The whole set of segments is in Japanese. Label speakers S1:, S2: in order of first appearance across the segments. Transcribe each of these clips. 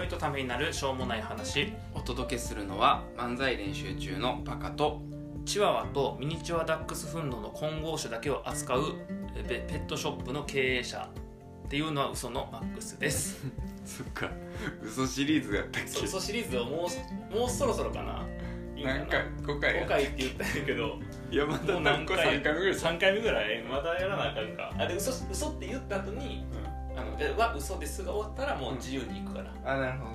S1: るとためになるしょうもない話
S2: お届けするのは漫才練習中のバカと
S1: チワワとミニチュアダックスフンドの混合種だけを扱うえペペットショップの経営者っていうのは嘘のマックスです
S2: そっか嘘シリーズやったっけ
S1: そう嘘シリーズをもうもうそろそろかないいか
S2: なんか5回や
S1: 5
S2: った
S1: 回って言ったんや けど
S2: いやま
S1: も
S2: た
S1: う
S2: 何
S1: 何
S2: 個
S1: 回
S2: 3回ぐらいさ
S1: 3回目ぐらいまたやらなあかんかあで嘘嘘って言った後に「あのえは嘘です」が終わったらもう自由に行くから、
S2: あなるほど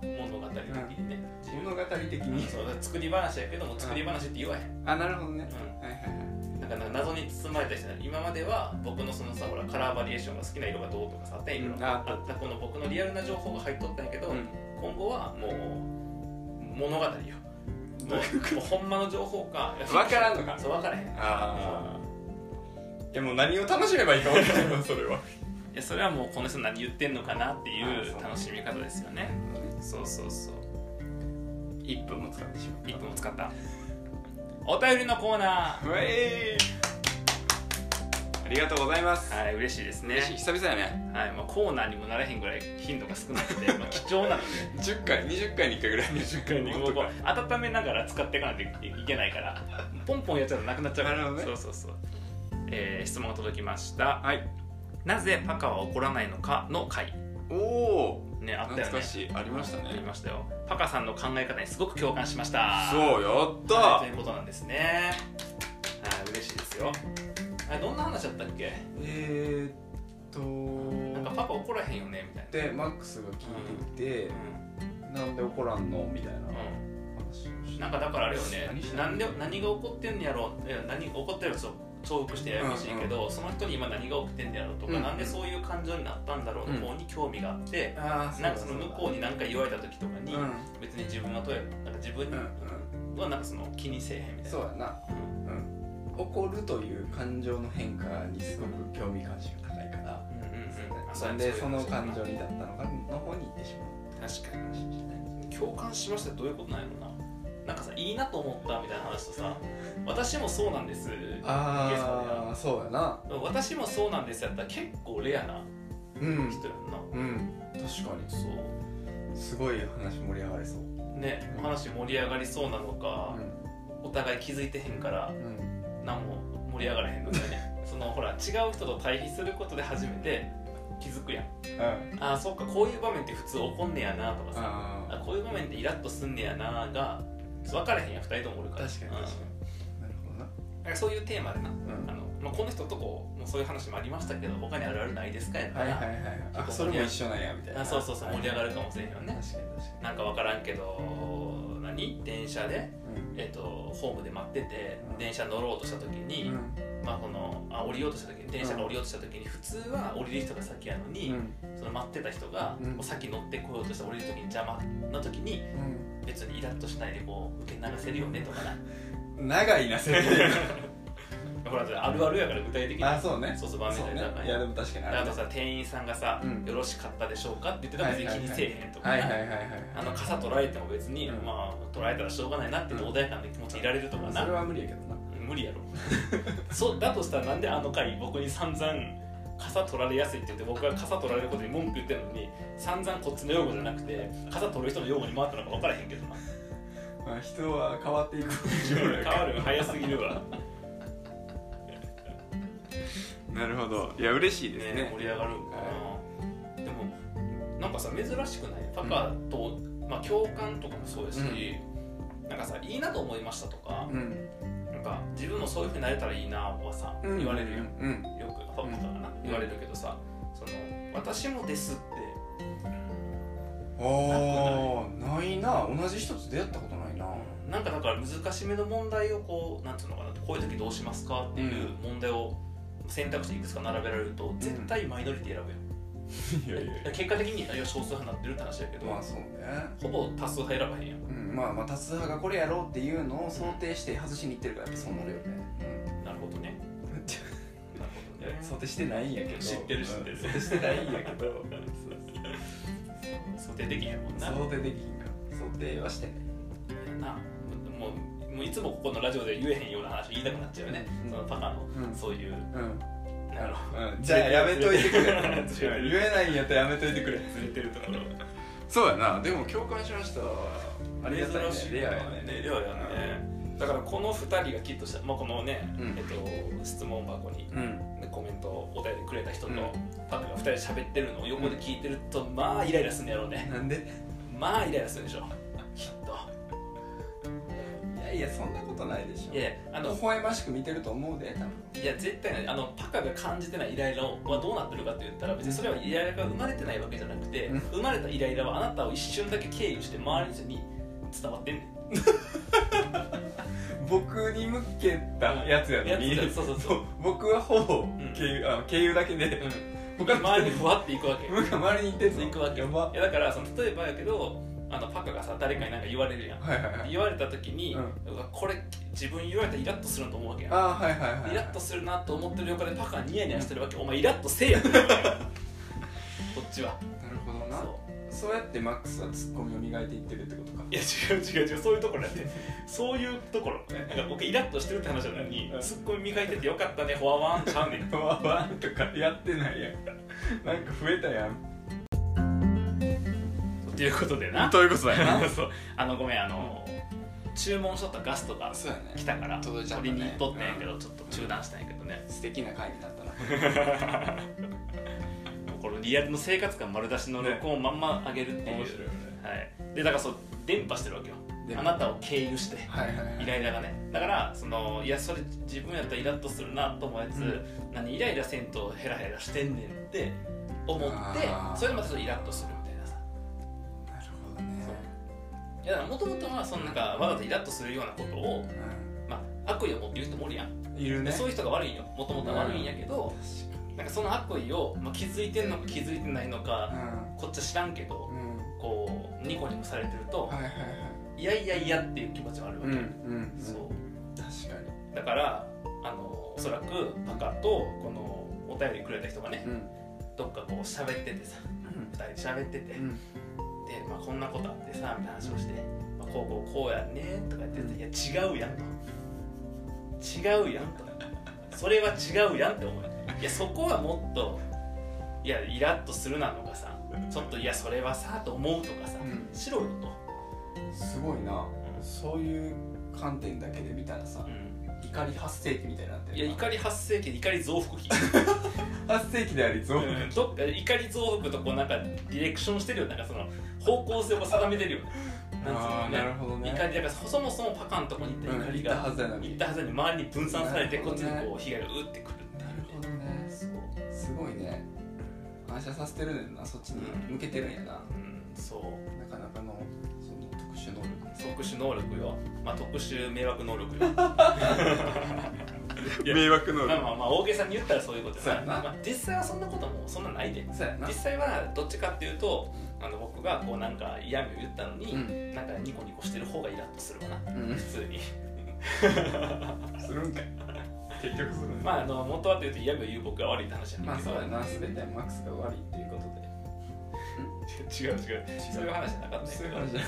S1: そ
S2: ね
S1: の物語的にね、自由
S2: 物語的
S1: うん
S2: に
S1: そう作り話やけども作り話って言わへん、
S2: あなるほどね
S1: う
S2: はいはいはい
S1: ん、なんかな謎に包まれたりしてない今までは僕のそのさほらカラーバリエーションが好きな色がどうとかさっていうの
S2: うんあ
S1: があったこの僕のリアルな情報が入っとったんやけど、今後はもう物語よもうもうほんまの情報か
S2: 分からんのか
S1: そう分からへん
S2: ああいやもう何を楽しめばいいか分からないわそれはい
S1: やそれはもうこの人何言ってんのかなってい
S2: あーそう
S1: う楽しみ方ですよねそうそうそう
S2: 1分も使ってしま
S1: 1分も使ったお便りのコーナ
S2: うわいありがとうございます、
S1: ーはい嬉しいですね
S2: 嬉しい久々やね
S1: はいまあ、コーナーにもなれへんぐらい頻度が少なくて、まあ、貴重なので
S2: 10回20回に1回ぐらい20
S1: こうこう温めながら使っていかないといけないからポンポンやっちゃうとなくなっちゃうか
S2: なる
S1: ら、
S2: ほどね
S1: そうそうそう、えー質問が届きました
S2: はい
S1: 「なぜパカは怒らないのか」の回
S2: おお
S1: ねあったよね
S2: 懐かしいありました
S1: あり
S2: ね
S1: ましたよパカさんの考え方にすごく共感しました
S2: そうやった、
S1: はいということなんですねはい嬉しいですよあどんな話だったっけ
S2: えー、っと
S1: なんかパパ怒らへんよねみたいな
S2: でマックスが聞いてきて、なんで怒らんのみたいな
S1: うんうん
S2: 話をして
S1: なんかだからあれよ
S2: 何
S1: ね
S2: してんの
S1: 何で何が起こってんやろいや何怒ってるやつを重複してややこしいけど、その人に今何が起きてんやろとか、
S2: うん
S1: なんでそういう感情になったんだろうの方に興味があって、
S2: あー
S1: なんかその向こうに何か言われた時とかに、
S2: うん
S1: 別に自分はどうやなんか自分
S2: うん
S1: はなんかその気にせえへんみ
S2: うん
S1: たいな
S2: そうやな
S1: うん
S2: うん怒るという感情の変化にすごく興味関心が高いから、
S1: うんうんうん
S2: それでその感情にだったのかの方に行ってしまう
S1: 確か
S2: 話でしたね
S1: に共感しましたってどういうことなんやろななんかさいいなと思ったみたいな話とさ私もそうなんですゲストで
S2: あ
S1: や
S2: あそうやな
S1: 私もそうなんですやったら結構レアな
S2: うん
S1: 人やんな
S2: うん確か
S1: そう
S2: にすごい話盛り上がりそうう
S1: ね
S2: うん
S1: 話盛り上がりそうなのか、
S2: ん
S1: お互い気づいてへんから
S2: うん
S1: 何も盛り上がらへんのだよ ねそのほら違う人と対比することで初めて気づくやん
S2: うん
S1: ああそっかこういう場面って普通怒んねやなとかさ
S2: あ
S1: あこういう場面ってイラッとすんねやなが分からへんやん2人ともおる
S2: ー
S1: から
S2: 確かに確かになるほどな
S1: うんなんかそういうテーマでな、
S2: ん
S1: あのまあ、この人とこうもうそういう話もありましたけど他にあるあるないですかやか
S2: はい
S1: ら、
S2: はいはいはいあそれも一緒なんやみたいな
S1: あそうそうそう盛り上がるかもしれんよ
S2: よ
S1: ね
S2: 確かに確かに
S1: なんか分からんけど何電車でえっとホームで待ってて
S2: うん
S1: 電車乗ろうとした時に、
S2: う
S1: まあ、このあ降りようとした時に電車が降りようとした時に普通は降りる人が先やのに、
S2: ん
S1: その待ってた人が
S2: うん
S1: こう先乗ってこようとして降りる時に邪魔な時に別にイラッとしないでこう受け流せるよねとかな
S2: うん長いなせ
S1: ほらあるあるやから具体 的に
S2: あそうね
S1: そうそう場面で
S2: ね
S1: だから
S2: いやでも確かに
S1: あ
S2: あ
S1: と
S2: れ
S1: さ店員さんがさ、
S2: うん
S1: よろしかったでしょうか?」って言ってたら別に気にせえへんとか
S2: は
S1: ない
S2: はいはいはい
S1: あの傘取られても別に、
S2: うん
S1: まあ取られたらしょうがないなって言って穏やかな気持ちでいられるとかな
S2: それは無理やけどな
S1: 無理やろ そうだとしたらなんであの回僕に散々傘取られやすいって言って僕が傘取られることに文句言ってるのに散々こっちの用語じゃなくて傘取る人の用語に回ったのか分からへんけどな
S2: まあ人は変わっていく
S1: 変わるの早すぎるわ、
S2: なるほどいや嬉しい
S1: ね
S2: ですね
S1: 盛り上がるんかな、でもなんかさ珍しくないパカと、まあ、共感とかもそうですし、なんかさいいなと思いましたとか、
S2: うん
S1: なんか自分もそういうふうになれたらいいなはさ、
S2: うん
S1: 言われるよ、
S2: うん
S1: よくパパかな、
S2: ん
S1: 言われるけどさその私もですって
S2: ああないな同じ人と出会ったことないな
S1: なんかだから難しめの問題をこうなんていうのかなこういう時どうしますかっていう問題を選択肢いくつか並べられると、絶対マイノリティ選ぶよ、
S2: いやいや
S1: 結果的にいや少数派になってるって話だけど、
S2: まあそうね
S1: ほぼ多数派選ばへんやん
S2: うんまあまあ多数派がこれやろうっていうのを想定して外しにいってるからやっぱそうなるよね
S1: なるほどね
S2: うん
S1: なるほどね
S2: 定してないんやけ
S1: 知ってる知ってる
S2: 想定してないんやけど
S1: 想定できへんもんな
S2: 想定できひんから想定はしてない
S1: なもうもういつもここのラジオで言えへんような話言いたくなっちゃうよね、
S2: うん
S1: そのパカの、
S2: うん
S1: そういう
S2: うん
S1: なるほど
S2: じゃあやめといてくれ
S1: ずれてる
S2: 言えないんやったらやめといてくれ
S1: ずれてるところ
S2: そうやなでも共感しましたありがたいね
S1: 珍しい
S2: レアや
S1: ね
S2: ね
S1: レアやねだからこの2人がきっとした、まあ、このね、
S2: うん
S1: えっと、質問箱に、
S2: うん
S1: ねコメントをお便りくれた人と、
S2: うん
S1: パパが2人で喋ってるのを横で聞いてると、まあイライラするんやろうね
S2: なんで
S1: まあイライラするでしょきっ
S2: いやいやそんなことないでし
S1: と
S2: ょ
S1: いやあの
S2: 微笑ましく見てると思うで多分
S1: いや絶対ないあのパカが感じてないイライラはどうなってるかって言ったら別にそれはイライラが生まれてないわけじゃなくて、
S2: うん
S1: 生まれたイライラはあなたを一瞬だけ経由して周りの人に伝わってんねん
S2: 僕に向けたやつやのに
S1: やつだそうそうそ、
S2: そう う僕はほぼ
S1: ん
S2: 経由,、あの経由だけで
S1: うん、周りにふわっていくわけ
S2: 僕が周りに行ってんの
S1: 行くわけ
S2: やばはい
S1: いやだからその例えばやけどあのパカがさ誰かに何か言われるやん
S2: はいはい
S1: 言われた時に、
S2: う
S1: うんわこれ自分言われたらイラッとすると思うわけやん
S2: あーはいはいはい
S1: イラッとするなと思ってる横でパカがニヤニヤしてるわけお前イラッとせえやってなるわけよこっちは
S2: なるほどな
S1: そう
S2: そうやってマックスはツッコミを磨いていってるってことか
S1: いや違う違う違うそういうところやってそういうところなんか僕イラッとしてるって話なのに
S2: うん
S1: ツッコミ磨いててよかったねフォアワンちゃうねん
S2: わわんとかやってないや んなんか増えたやん
S1: ということでな
S2: ということだよな
S1: そうあのごめんあの注文しとったガストが
S2: そうやね
S1: 来たから
S2: 届いちゃった
S1: 取
S2: ね
S1: りに行っとったんやけどちょっと中断したんやけどね
S2: 素敵な回になったな
S1: このリアルの生活感丸出しの録音をまんま上げるっていう、
S2: よね
S1: はい、でだからそう伝播してるわけよ
S2: 電波
S1: あなたを経由して
S2: はいはいは
S1: イ
S2: い
S1: ライラがねだからそのいやそれ自分やったらイラッとするなと思うやつ、
S2: うん
S1: 何イライラせんとヘラヘラしてんねんって思って
S2: あー
S1: それでまたちょっとイラッとするみたいなさ
S2: なるほどね
S1: いやもともとはそのなんかわざとイラッとするようなことを、まあ、悪意を持っている人もおるやん、
S2: うんいる
S1: で
S2: ね
S1: そういう人が悪いんよもともとは悪いんやけど、なんかその悪意を、まあ、気づいてんのか気づいてないのか、こっちは知らんけど
S2: うんうん
S1: こうニコニコされてると、
S2: はいはいはい
S1: い、やいやいやっていう気持ちはあるわ
S2: うん
S1: け、
S2: うん
S1: そう
S2: 確かに
S1: だからあのおそらくパカとこのお便りくれた人がね
S2: うん
S1: どっかこう喋っててさ2人喋ってて、
S2: うん
S1: で、まあ、こんなことあってさみたいな話をして、まあ、こうこうこうやんねとか言ってて「いや違うやん」と「違うやん」と「それは違うやん」って思ういやそこはもっといやイラッとするなのかさちょっと「いやそれはさ」と思うとかさ
S2: うん
S1: しろよと、
S2: すごいなそういう観点だけで見たらさ
S1: うん
S2: 怒り発生期みたいになって
S1: いや
S2: るな
S1: 怒り発生期怒り増幅期
S2: 発生期であり増
S1: うんどっか怒り増幅とこうなんかディレクションしてるよなんかその方向性を定めてるよね
S2: あ
S1: ん
S2: ー
S1: つうの
S2: なるほどね
S1: 怒りだからそもそもパカンとこに行
S2: う
S1: っ
S2: ん
S1: た怒り
S2: 行った
S1: が
S2: はずやの
S1: 行
S2: に
S1: ったはずに周りに分散されて
S2: なる
S1: こ
S2: ほ
S1: っ
S2: ど
S1: ち
S2: ね
S1: にこう被害がうってくるって
S2: なる
S1: いう
S2: ほ
S1: ね
S2: どね
S1: そう
S2: すごいね反射させてるねんなそっちに向けてるんやな
S1: うんそう
S2: なかなかのその特殊能力
S1: 特殊能力よまあ特殊迷惑能力よいや
S2: 迷惑能
S1: まあまあまあ大げさに言ったらそういうこと
S2: そう
S1: や
S2: や
S1: な、
S2: な
S1: まあ、実際はそんなこともそんなないで
S2: そうやな
S1: 実際はどっちかっていうとあの僕がこうなんか嫌味を言ったのに、
S2: うん
S1: なんかニコニコしてる方がイラッとするわな
S2: うん
S1: 普通に
S2: するんかい結局する
S1: まああの元はというと嫌味を言う僕が悪いって話じゃ
S2: ま
S1: な
S2: あ
S1: いけ
S2: そ
S1: ど、
S2: うやな全てはマックスが悪いっていうことで
S1: 違う違うそういう話じゃなかったんや
S2: そう
S1: け
S2: いう
S1: ど
S2: 話じゃな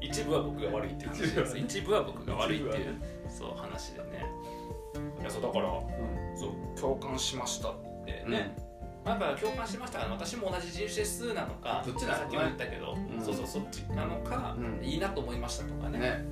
S1: 一部は僕が悪いっていう話です一部は僕が悪いっていうそう話でねいやそうだからそう共感しましたってね、
S2: うん
S1: まあ、だから共感しましたから私も同じ人種数なのか
S2: どっちなの
S1: さっきも言ったけど、
S2: うん
S1: そうそうそっちなのか、
S2: うん
S1: いいなと思いましたとかね
S2: ね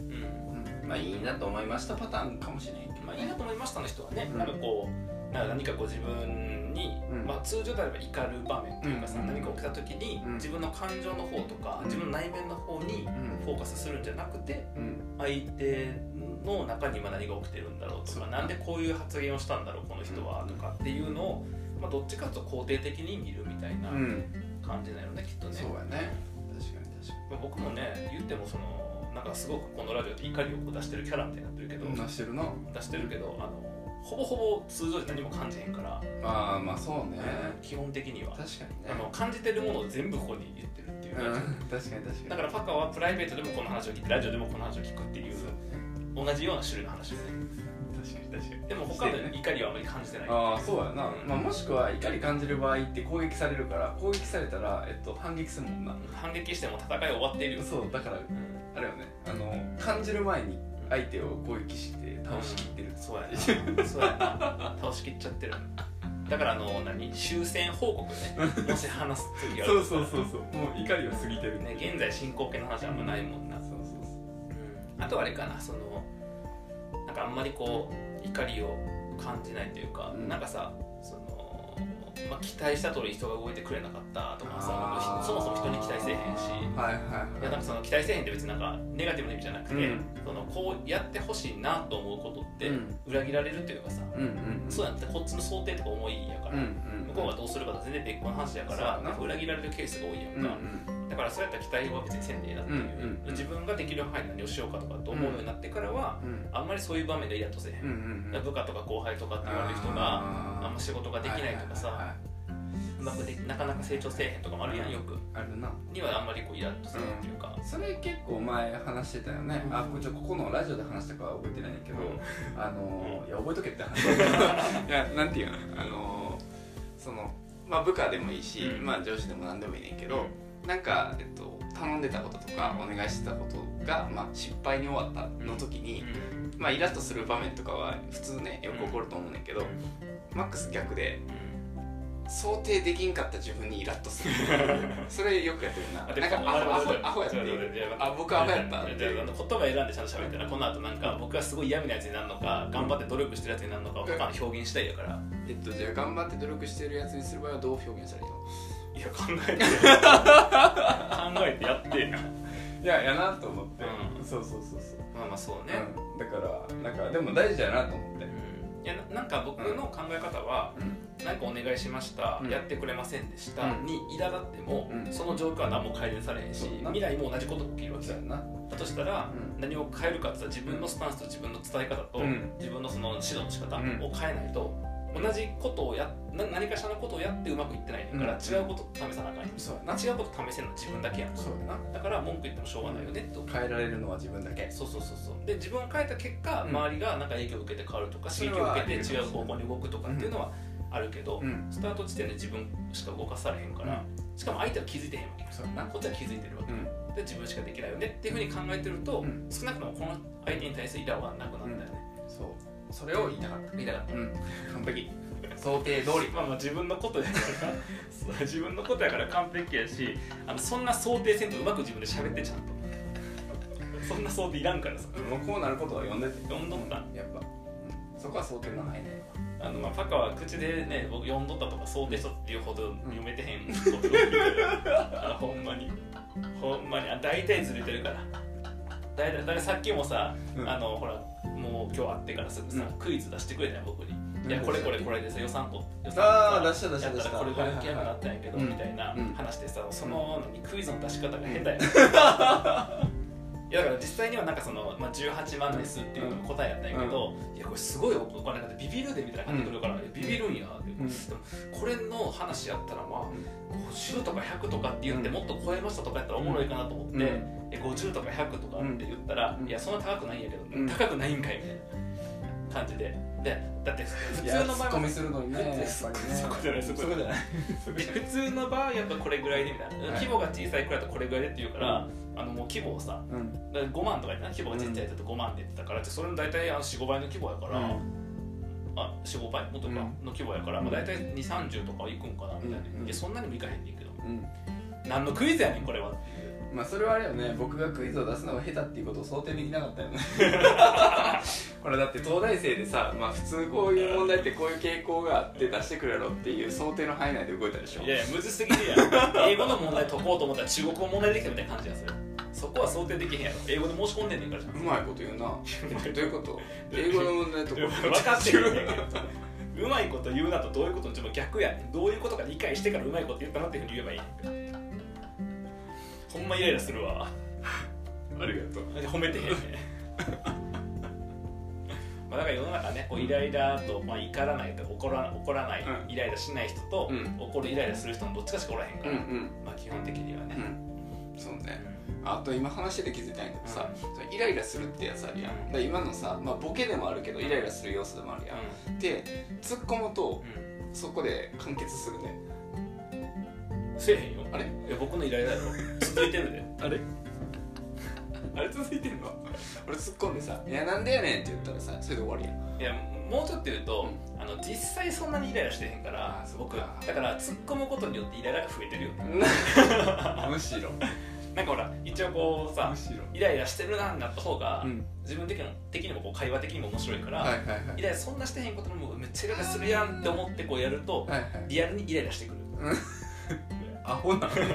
S1: うん、
S2: まあいいなと思いましたパターンかもしれんけど
S1: まあ、いいなと思いましたの人はね、
S2: うん
S1: なんかこうなんか何かこう自分に、
S2: うん
S1: まあ、通常であれば怒る場面というかさ、
S2: うん
S1: 何か起きた時に、
S2: うん
S1: 自分の感情の方とか、
S2: うん
S1: 自分の内面の方に
S2: うん
S1: フォーカスするんじゃなくて
S2: うん
S1: 相手の中に今何が起きてるんだろうと
S2: そ
S1: か
S2: う
S1: なんでこういう発言をしたんだろうこの人は
S2: うん
S1: とかっていうのを、まあ、どっちかというと肯定的に見るみたいな
S2: うん
S1: 感じなよねきっとね。
S2: そうやね確かに確か
S1: まあ僕もね言ってもそのなんかすごくこのラジオって怒りをこう出してるキャラみたいになってるけど、
S2: になしてるな
S1: 出してるけどあのほぼほぼ通常時何も感じへんから、
S2: まあまあそうね
S1: 基本的には
S2: 確かにね
S1: あの感じてるものを全部ここに言ってるっていう
S2: うん
S1: 感じ、
S2: 確かに確かに
S1: だからパカはプライベートでもこの話を聞いてラジオでもこの話を聞くっていう
S2: そう
S1: 同じような種類の話ですね
S2: 確かに確かに
S1: でも他の怒りはあまり感じてない
S2: ああそうやな、
S1: うん
S2: まあ、もしくは怒り感じる場合って攻撃されるから攻撃されたら、えっと、反撃するもんな
S1: 反撃しても戦い終わっているよ、
S2: そうだから
S1: うん
S2: あれよねあの感じる前に相手を攻撃して倒しきってる、
S1: そうやなそうやな倒しきっちゃってるだからあの何終戦報告ねもし話す時があ
S2: そ
S1: る
S2: うそうそうそうもう怒りは過ぎてる
S1: ね現在進行形の話はあんまないもんな、
S2: そうそうそ
S1: あとあれかなそのなんかあんまりこう怒りを感じないというか、
S2: うん
S1: なんかさその、まあ、期待した通り人が動いてくれなかったとか
S2: あ
S1: さ
S2: ー
S1: そもそも人に期待せえへんし
S2: うはいはい
S1: いやなんかその期待せえへんって別になんかネガティブな意味じゃなくて、
S2: うん
S1: そのこうやってほしいなと思うことって
S2: うん
S1: 裏切られるというかさ、
S2: うんうん
S1: そうやってこっちの想定とか思いやから、
S2: うんうん
S1: 向こうがどうするかと全然別個の話やか
S2: そう
S1: ら
S2: やな
S1: なんか裏切られるケースが多いやん
S2: うんう
S1: か、
S2: ん
S1: だからそうやったら期待は別にせんでええなっていう、
S2: うんうんうん
S1: 自分ができる範囲で何をしようかとかと思うようになってからは、
S2: うん
S1: あんまりそういう場面でイラッとせえへん、
S2: うんうん
S1: だから部下とか後輩とかって言われる人があんま仕事ができないとかさ、
S2: はいはいはいはいう
S1: まくできなかなか成長せえへんとかもあるやんよく
S2: あるな
S1: にはあんまりこうイラッとせえへんっていうか、
S2: それ結構前話してたよね、
S1: うん
S2: あこれちょっとここのラジオで話したかは覚えてないんやけど、あのーいや覚えとけって 話いやなんていうのあのーそのまあ部下でもいいし、
S1: うん
S2: まあ上司でも何でもいいねんけど、なんか、えっと、頼んでたこととかお願いしてたことが、まあ、失敗に終わったの時に、
S1: うん
S2: まあイラッとする場面とかは普通ねよく起こると思うねんけど、マックス逆で想定できんかった自分にイラッとする それよくやってるななんかアホアホアホやってるあ僕アホやったっていう
S1: 言葉選んでちゃんと喋ったらこの後なんか僕はすごい嫌味なやつになるのか頑張って努力してるやつになるのか他の表現したいやから
S2: えっとじゃあ頑張って努力してるやつにする場合はどう表現したらいいの
S1: いや考えて考えてやってよ
S2: いややなと思って、
S1: うん
S2: そうそうそうそう、
S1: まあまあそうね、
S2: うん、だからなんかでも大事だなと思って
S1: うんいやななんか僕の考え方は「何かお願いしました、
S2: うん
S1: やってくれませんでした」
S2: うん
S1: に苛立っても、
S2: うん
S1: その状況は何も改善されへんし
S2: そうだな
S1: 未来も同じことが起きるわけ
S2: そ
S1: だ
S2: うやな
S1: だとしたら、
S2: うん
S1: 何を変えるかって言ったら自分のスタンスと自分の伝え方と、
S2: うん
S1: 自分のその指導の仕方を
S2: うん
S1: 変えないと、同じことをやな何かしらのことをやってうまくいってないか
S2: うん
S1: ら、違うこと試さなあかんやん
S2: そうや
S1: な違うこと試せるのは自分だけやん
S2: そうやな
S1: だから文句言ってもしょうがないよねと、
S2: 変えられるのは自分だけ
S1: そうそうそうそうで自分を変えた結果、
S2: うん
S1: 周りがなんか影響を受けて変わるとか
S2: そ
S1: 刺
S2: れ
S1: 激を
S2: は
S1: 受けて違う方向に動くとかっていうのはあるけど、
S2: ん
S1: スタート地点で自分しか動かされへんから、しかも相手は気づいてへんわけや
S2: そうやな
S1: こっちは気づいてるわけ
S2: うん
S1: で自分しかできないよねっていうふうに考えてると、
S2: うん
S1: 少なくともこの相手に対するイラはなくなったよね、
S2: そうそれを言いたかっ
S1: イラが
S2: たうん完璧想定通り
S1: まあまあ自分のことやから そう自分のことやから完璧やしあのそんな想定せんとうまく自分で喋って ちゃんとそんな想定いらんからさ
S2: もうこうなることは呼んでて
S1: 呼んどった
S2: やっぱ、うん、そこは想定の範囲内
S1: あのまあパカは口でね僕読んどったとか想定しとったっていうほど読めてへんことを言うけどあ のほんまにほんまにあ大体ずれてるから大体だからさっきもさ、
S2: うん
S1: あのほらもう今日会ってからすぐさ、
S2: うん
S1: クイズ出してくれたよ僕に、
S2: うん
S1: いやこれこれこれでさ予算と予算
S2: あー
S1: さ
S2: 出した出した
S1: やったらこれぐらいゲームだったんやけど、
S2: はいはい
S1: みたいな
S2: うん
S1: 話でさその何クイズの出し方が下手や、いやだから実際にはなんかその、まあ、18万ですっていうのが答えやったんやけど、いやこれすごいお金なんでビビるでみたいな感じで来るから、ビビるんやって、
S2: ん
S1: でもこれの話やったらまあ50とか100とかって言って
S2: うん
S1: もっと超えましたとかやったらおもろいかなと思って、
S2: うん
S1: え50とか100とかって言ったら、
S2: うん
S1: いやそんな高くないんやけど、
S2: うん
S1: 高くないんかいみたいな感じででだって普
S2: いや
S1: 通の
S2: ツ
S1: 場
S2: ッ
S1: 合
S2: コミ
S1: は
S2: するのにねやっぱりね
S1: そこそこじゃないそこじゃない
S2: じゃない
S1: で普通の場合はやっぱこれぐらいでみたいな、
S2: はい
S1: 規模が小さいくらいだとこれぐらいでって言うから、あのもう規模をさ
S2: うん
S1: だから5万とか言ってな規模がちっちゃいやつだと5万って言ってたから、じゃあそれの大体45倍の規模やから、あ45倍もっとかの規模やから、まあ、大体2 3 0とかはいくんかなみたいな、
S2: うんうん
S1: いやそんなにもいかへんねんけど
S2: うん
S1: 何のクイズやねんこれはっていう
S2: まあそれはあれよね僕がクイズを出すのが下手っていうことを想定できなかった よねほらだって東大生でさ、まあ、普通こういう問題ってこういう傾向があって出してくれろっていう想定の範囲内で動いたでしょ
S1: いやいやむずすぎるやん 英語の問題解こうと思ったら中国語問題できたみたいな感じやそれそこは想定できへんやろ英語で申し込んでんねんからじゃ
S2: うんまいこと言 うなどういうこと英語の問題とか
S1: 分かってるんやけどうまいこと言うなとどういうことちょっと逆やねんどういうことか理解してからうまいこと言ったなっていうふうに言えばいいねんほんまイライラするわ
S2: ありがとう
S1: 褒めてへん ねまあだから世の中ねこうイライラと、まあ、怒らないとか怒ら怒らない、
S2: う
S1: イライラしない人と、
S2: うん
S1: 怒るイライラする人のどっちかしかおらへんか
S2: うん
S1: ら、
S2: うん
S1: まあ基本的にはね、
S2: うんそうねあと今話してて気づいたんやけどさ、それイライラするってやつあるやん、
S1: うん
S2: だから今のさ、まあ、ボケでもあるけどイライラする要素でもあるやん、で突っ込むと
S1: うん
S2: そこで完結するね
S1: うんせえへんよ
S2: あれ
S1: いや僕のイライラやろ 続いてるで
S2: あれあれ続いてんの俺突っ込んでさ「いやなんでやねん」って言ったらさそれで終わりやん
S1: いやもうちょっと言うと、あの実際そんなにイライラしてへんから
S2: あそう
S1: 僕
S2: か
S1: だから突っ込むことによってイライラが増えてるよね
S3: むしろ
S1: なんかほら一応こうさ
S3: むしろ
S1: イライラしてるなになった方が、
S3: うん
S1: 自分的にも的にもこう会話的にも面白いから、
S3: はいはいはい
S1: イライラそんなしてへんこともめっちゃイライラするやんって思ってこうやると
S3: はいはい
S1: リアルにイライラしてくる
S3: アホ なの
S2: ね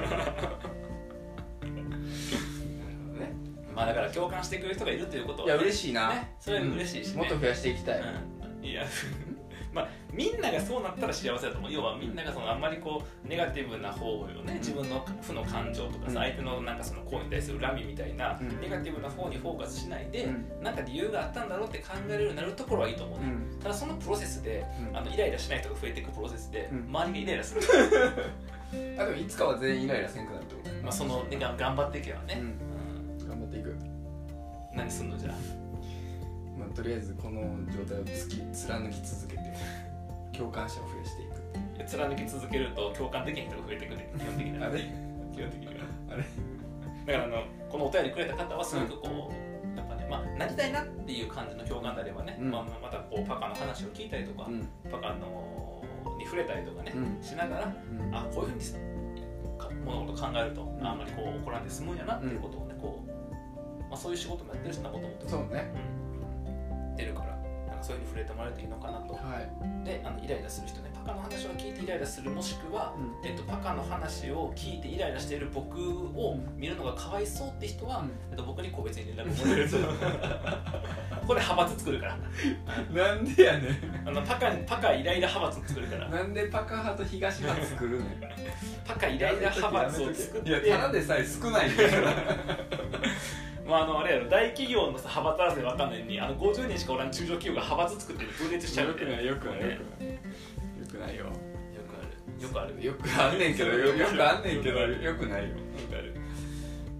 S1: まあだから共感してくれる人がいるということ
S3: い
S1: は
S3: や
S1: ね、
S3: 嬉しいな
S1: ねそれは嬉しいしね
S3: もっと増やしていきたい
S1: うんいや まあみんながそうなったら幸せだと思う要はみんながそのあんまりこうネガティブな方をね自分の負の感情と
S3: う
S1: かさ、
S3: ん
S1: 相手のなんかその行為に対する恨みみたいな、
S3: うん
S1: ネガティブな方にフォーカスしないで、
S3: うん
S1: なんか理由があったんだろうって考えるようになるところはいいと思う
S3: う
S1: ね、
S3: ん
S1: ただそのプロセスで
S3: うん
S1: あのイライラしない人が増えていくプロセスで、
S3: うん
S1: 周りがイライラする、
S3: あでもいつかは全員イライラせんくなるってこと
S1: まあそのねが頑張っていけばね、うん
S3: 頑張っていく
S1: 何すんのじゃあ
S3: まあとりあえずこの状態を突き貫き続けて共感者を増やしていく
S1: いや貫き続けると共感できない人が増えてくるね基本的には
S3: あれ
S1: 基本的には
S3: あれ
S1: だからあのこのお便りくれた方はすごくこう、やっぱねまあなりたいなっていう感じの共感であればね、
S3: うん
S1: まあ、またこうパカの話を聞いたりとか、
S3: うん
S1: パカのに触れたりとかね、
S3: うん
S1: しながら
S3: うん
S1: あこういうふうにすか物事を考えると、
S3: ん
S1: あんまりこう怒らんで済むんやなっていうことをねこう、まあ、そういう仕事もやってる人なこと思って
S3: そうね
S1: うん出るからなんかそういうふうに触れてもらえるといいのかなと
S3: はい
S1: であのイライラする人ねパカの話を聞いてイライラするもしくは、
S3: う
S1: えっと、パカの話を聞いてイライラしている僕を見るのがかわいそうって人は、
S3: うん
S1: えっと、僕に個別に連絡もらえるとここで派閥作るから
S3: なんでやねん
S1: あのパカパカイライラ派閥作るから
S3: なんでパカ派と東派作るねん
S1: パカイライラ派閥を作っ
S3: いや
S1: て
S3: ただでさえ少ないんだから
S1: まあ、あのあれやろ大企業のさ派閥争いわかんないのにあの50人しかおらん中小企業が派閥作って分裂しちゃう
S3: よ
S1: みた
S3: く
S1: いな
S3: ないよくない
S1: ね
S3: よくないよ
S1: よくあるよくある
S3: よくあんねんけどよよくあんねんけどよくないよ
S1: よくある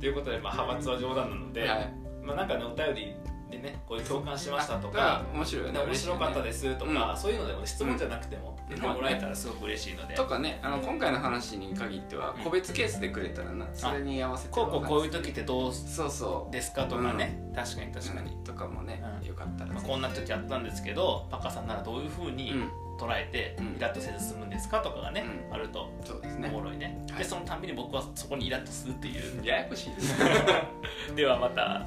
S1: ということで、まあ、派閥は冗談なので、
S2: はい
S1: まあ、なんかねお便りでねこういう共感しましたと
S2: が
S1: か
S2: 面白いよね
S1: 面白かったですすとか、そういうのでも質問じゃなくても出てもらえたらすごく嬉しいので、
S2: とかねあの今回の話に限っては
S1: うん
S2: 個別ケースでくれたらなそれに合わせて
S1: こうこうこういう
S2: と
S1: 時ってどう
S2: そうそう
S1: ですかとかね、確かに確
S2: 確
S1: か
S2: か
S1: に、
S2: にとかもね
S1: うん
S2: よかったら
S1: まあ、こんな時あったんですけどパカさんならどういうふうに
S2: うん
S1: 捉えて
S2: うん
S1: イラッとせず済むんですかとかがね、
S2: うん
S1: あると
S2: そうです
S1: お
S2: ね
S1: もろいね
S2: は
S1: で
S2: い
S1: そのたんびに僕はそこにイラッとするっていう、
S2: ややこしいです
S1: ではまた。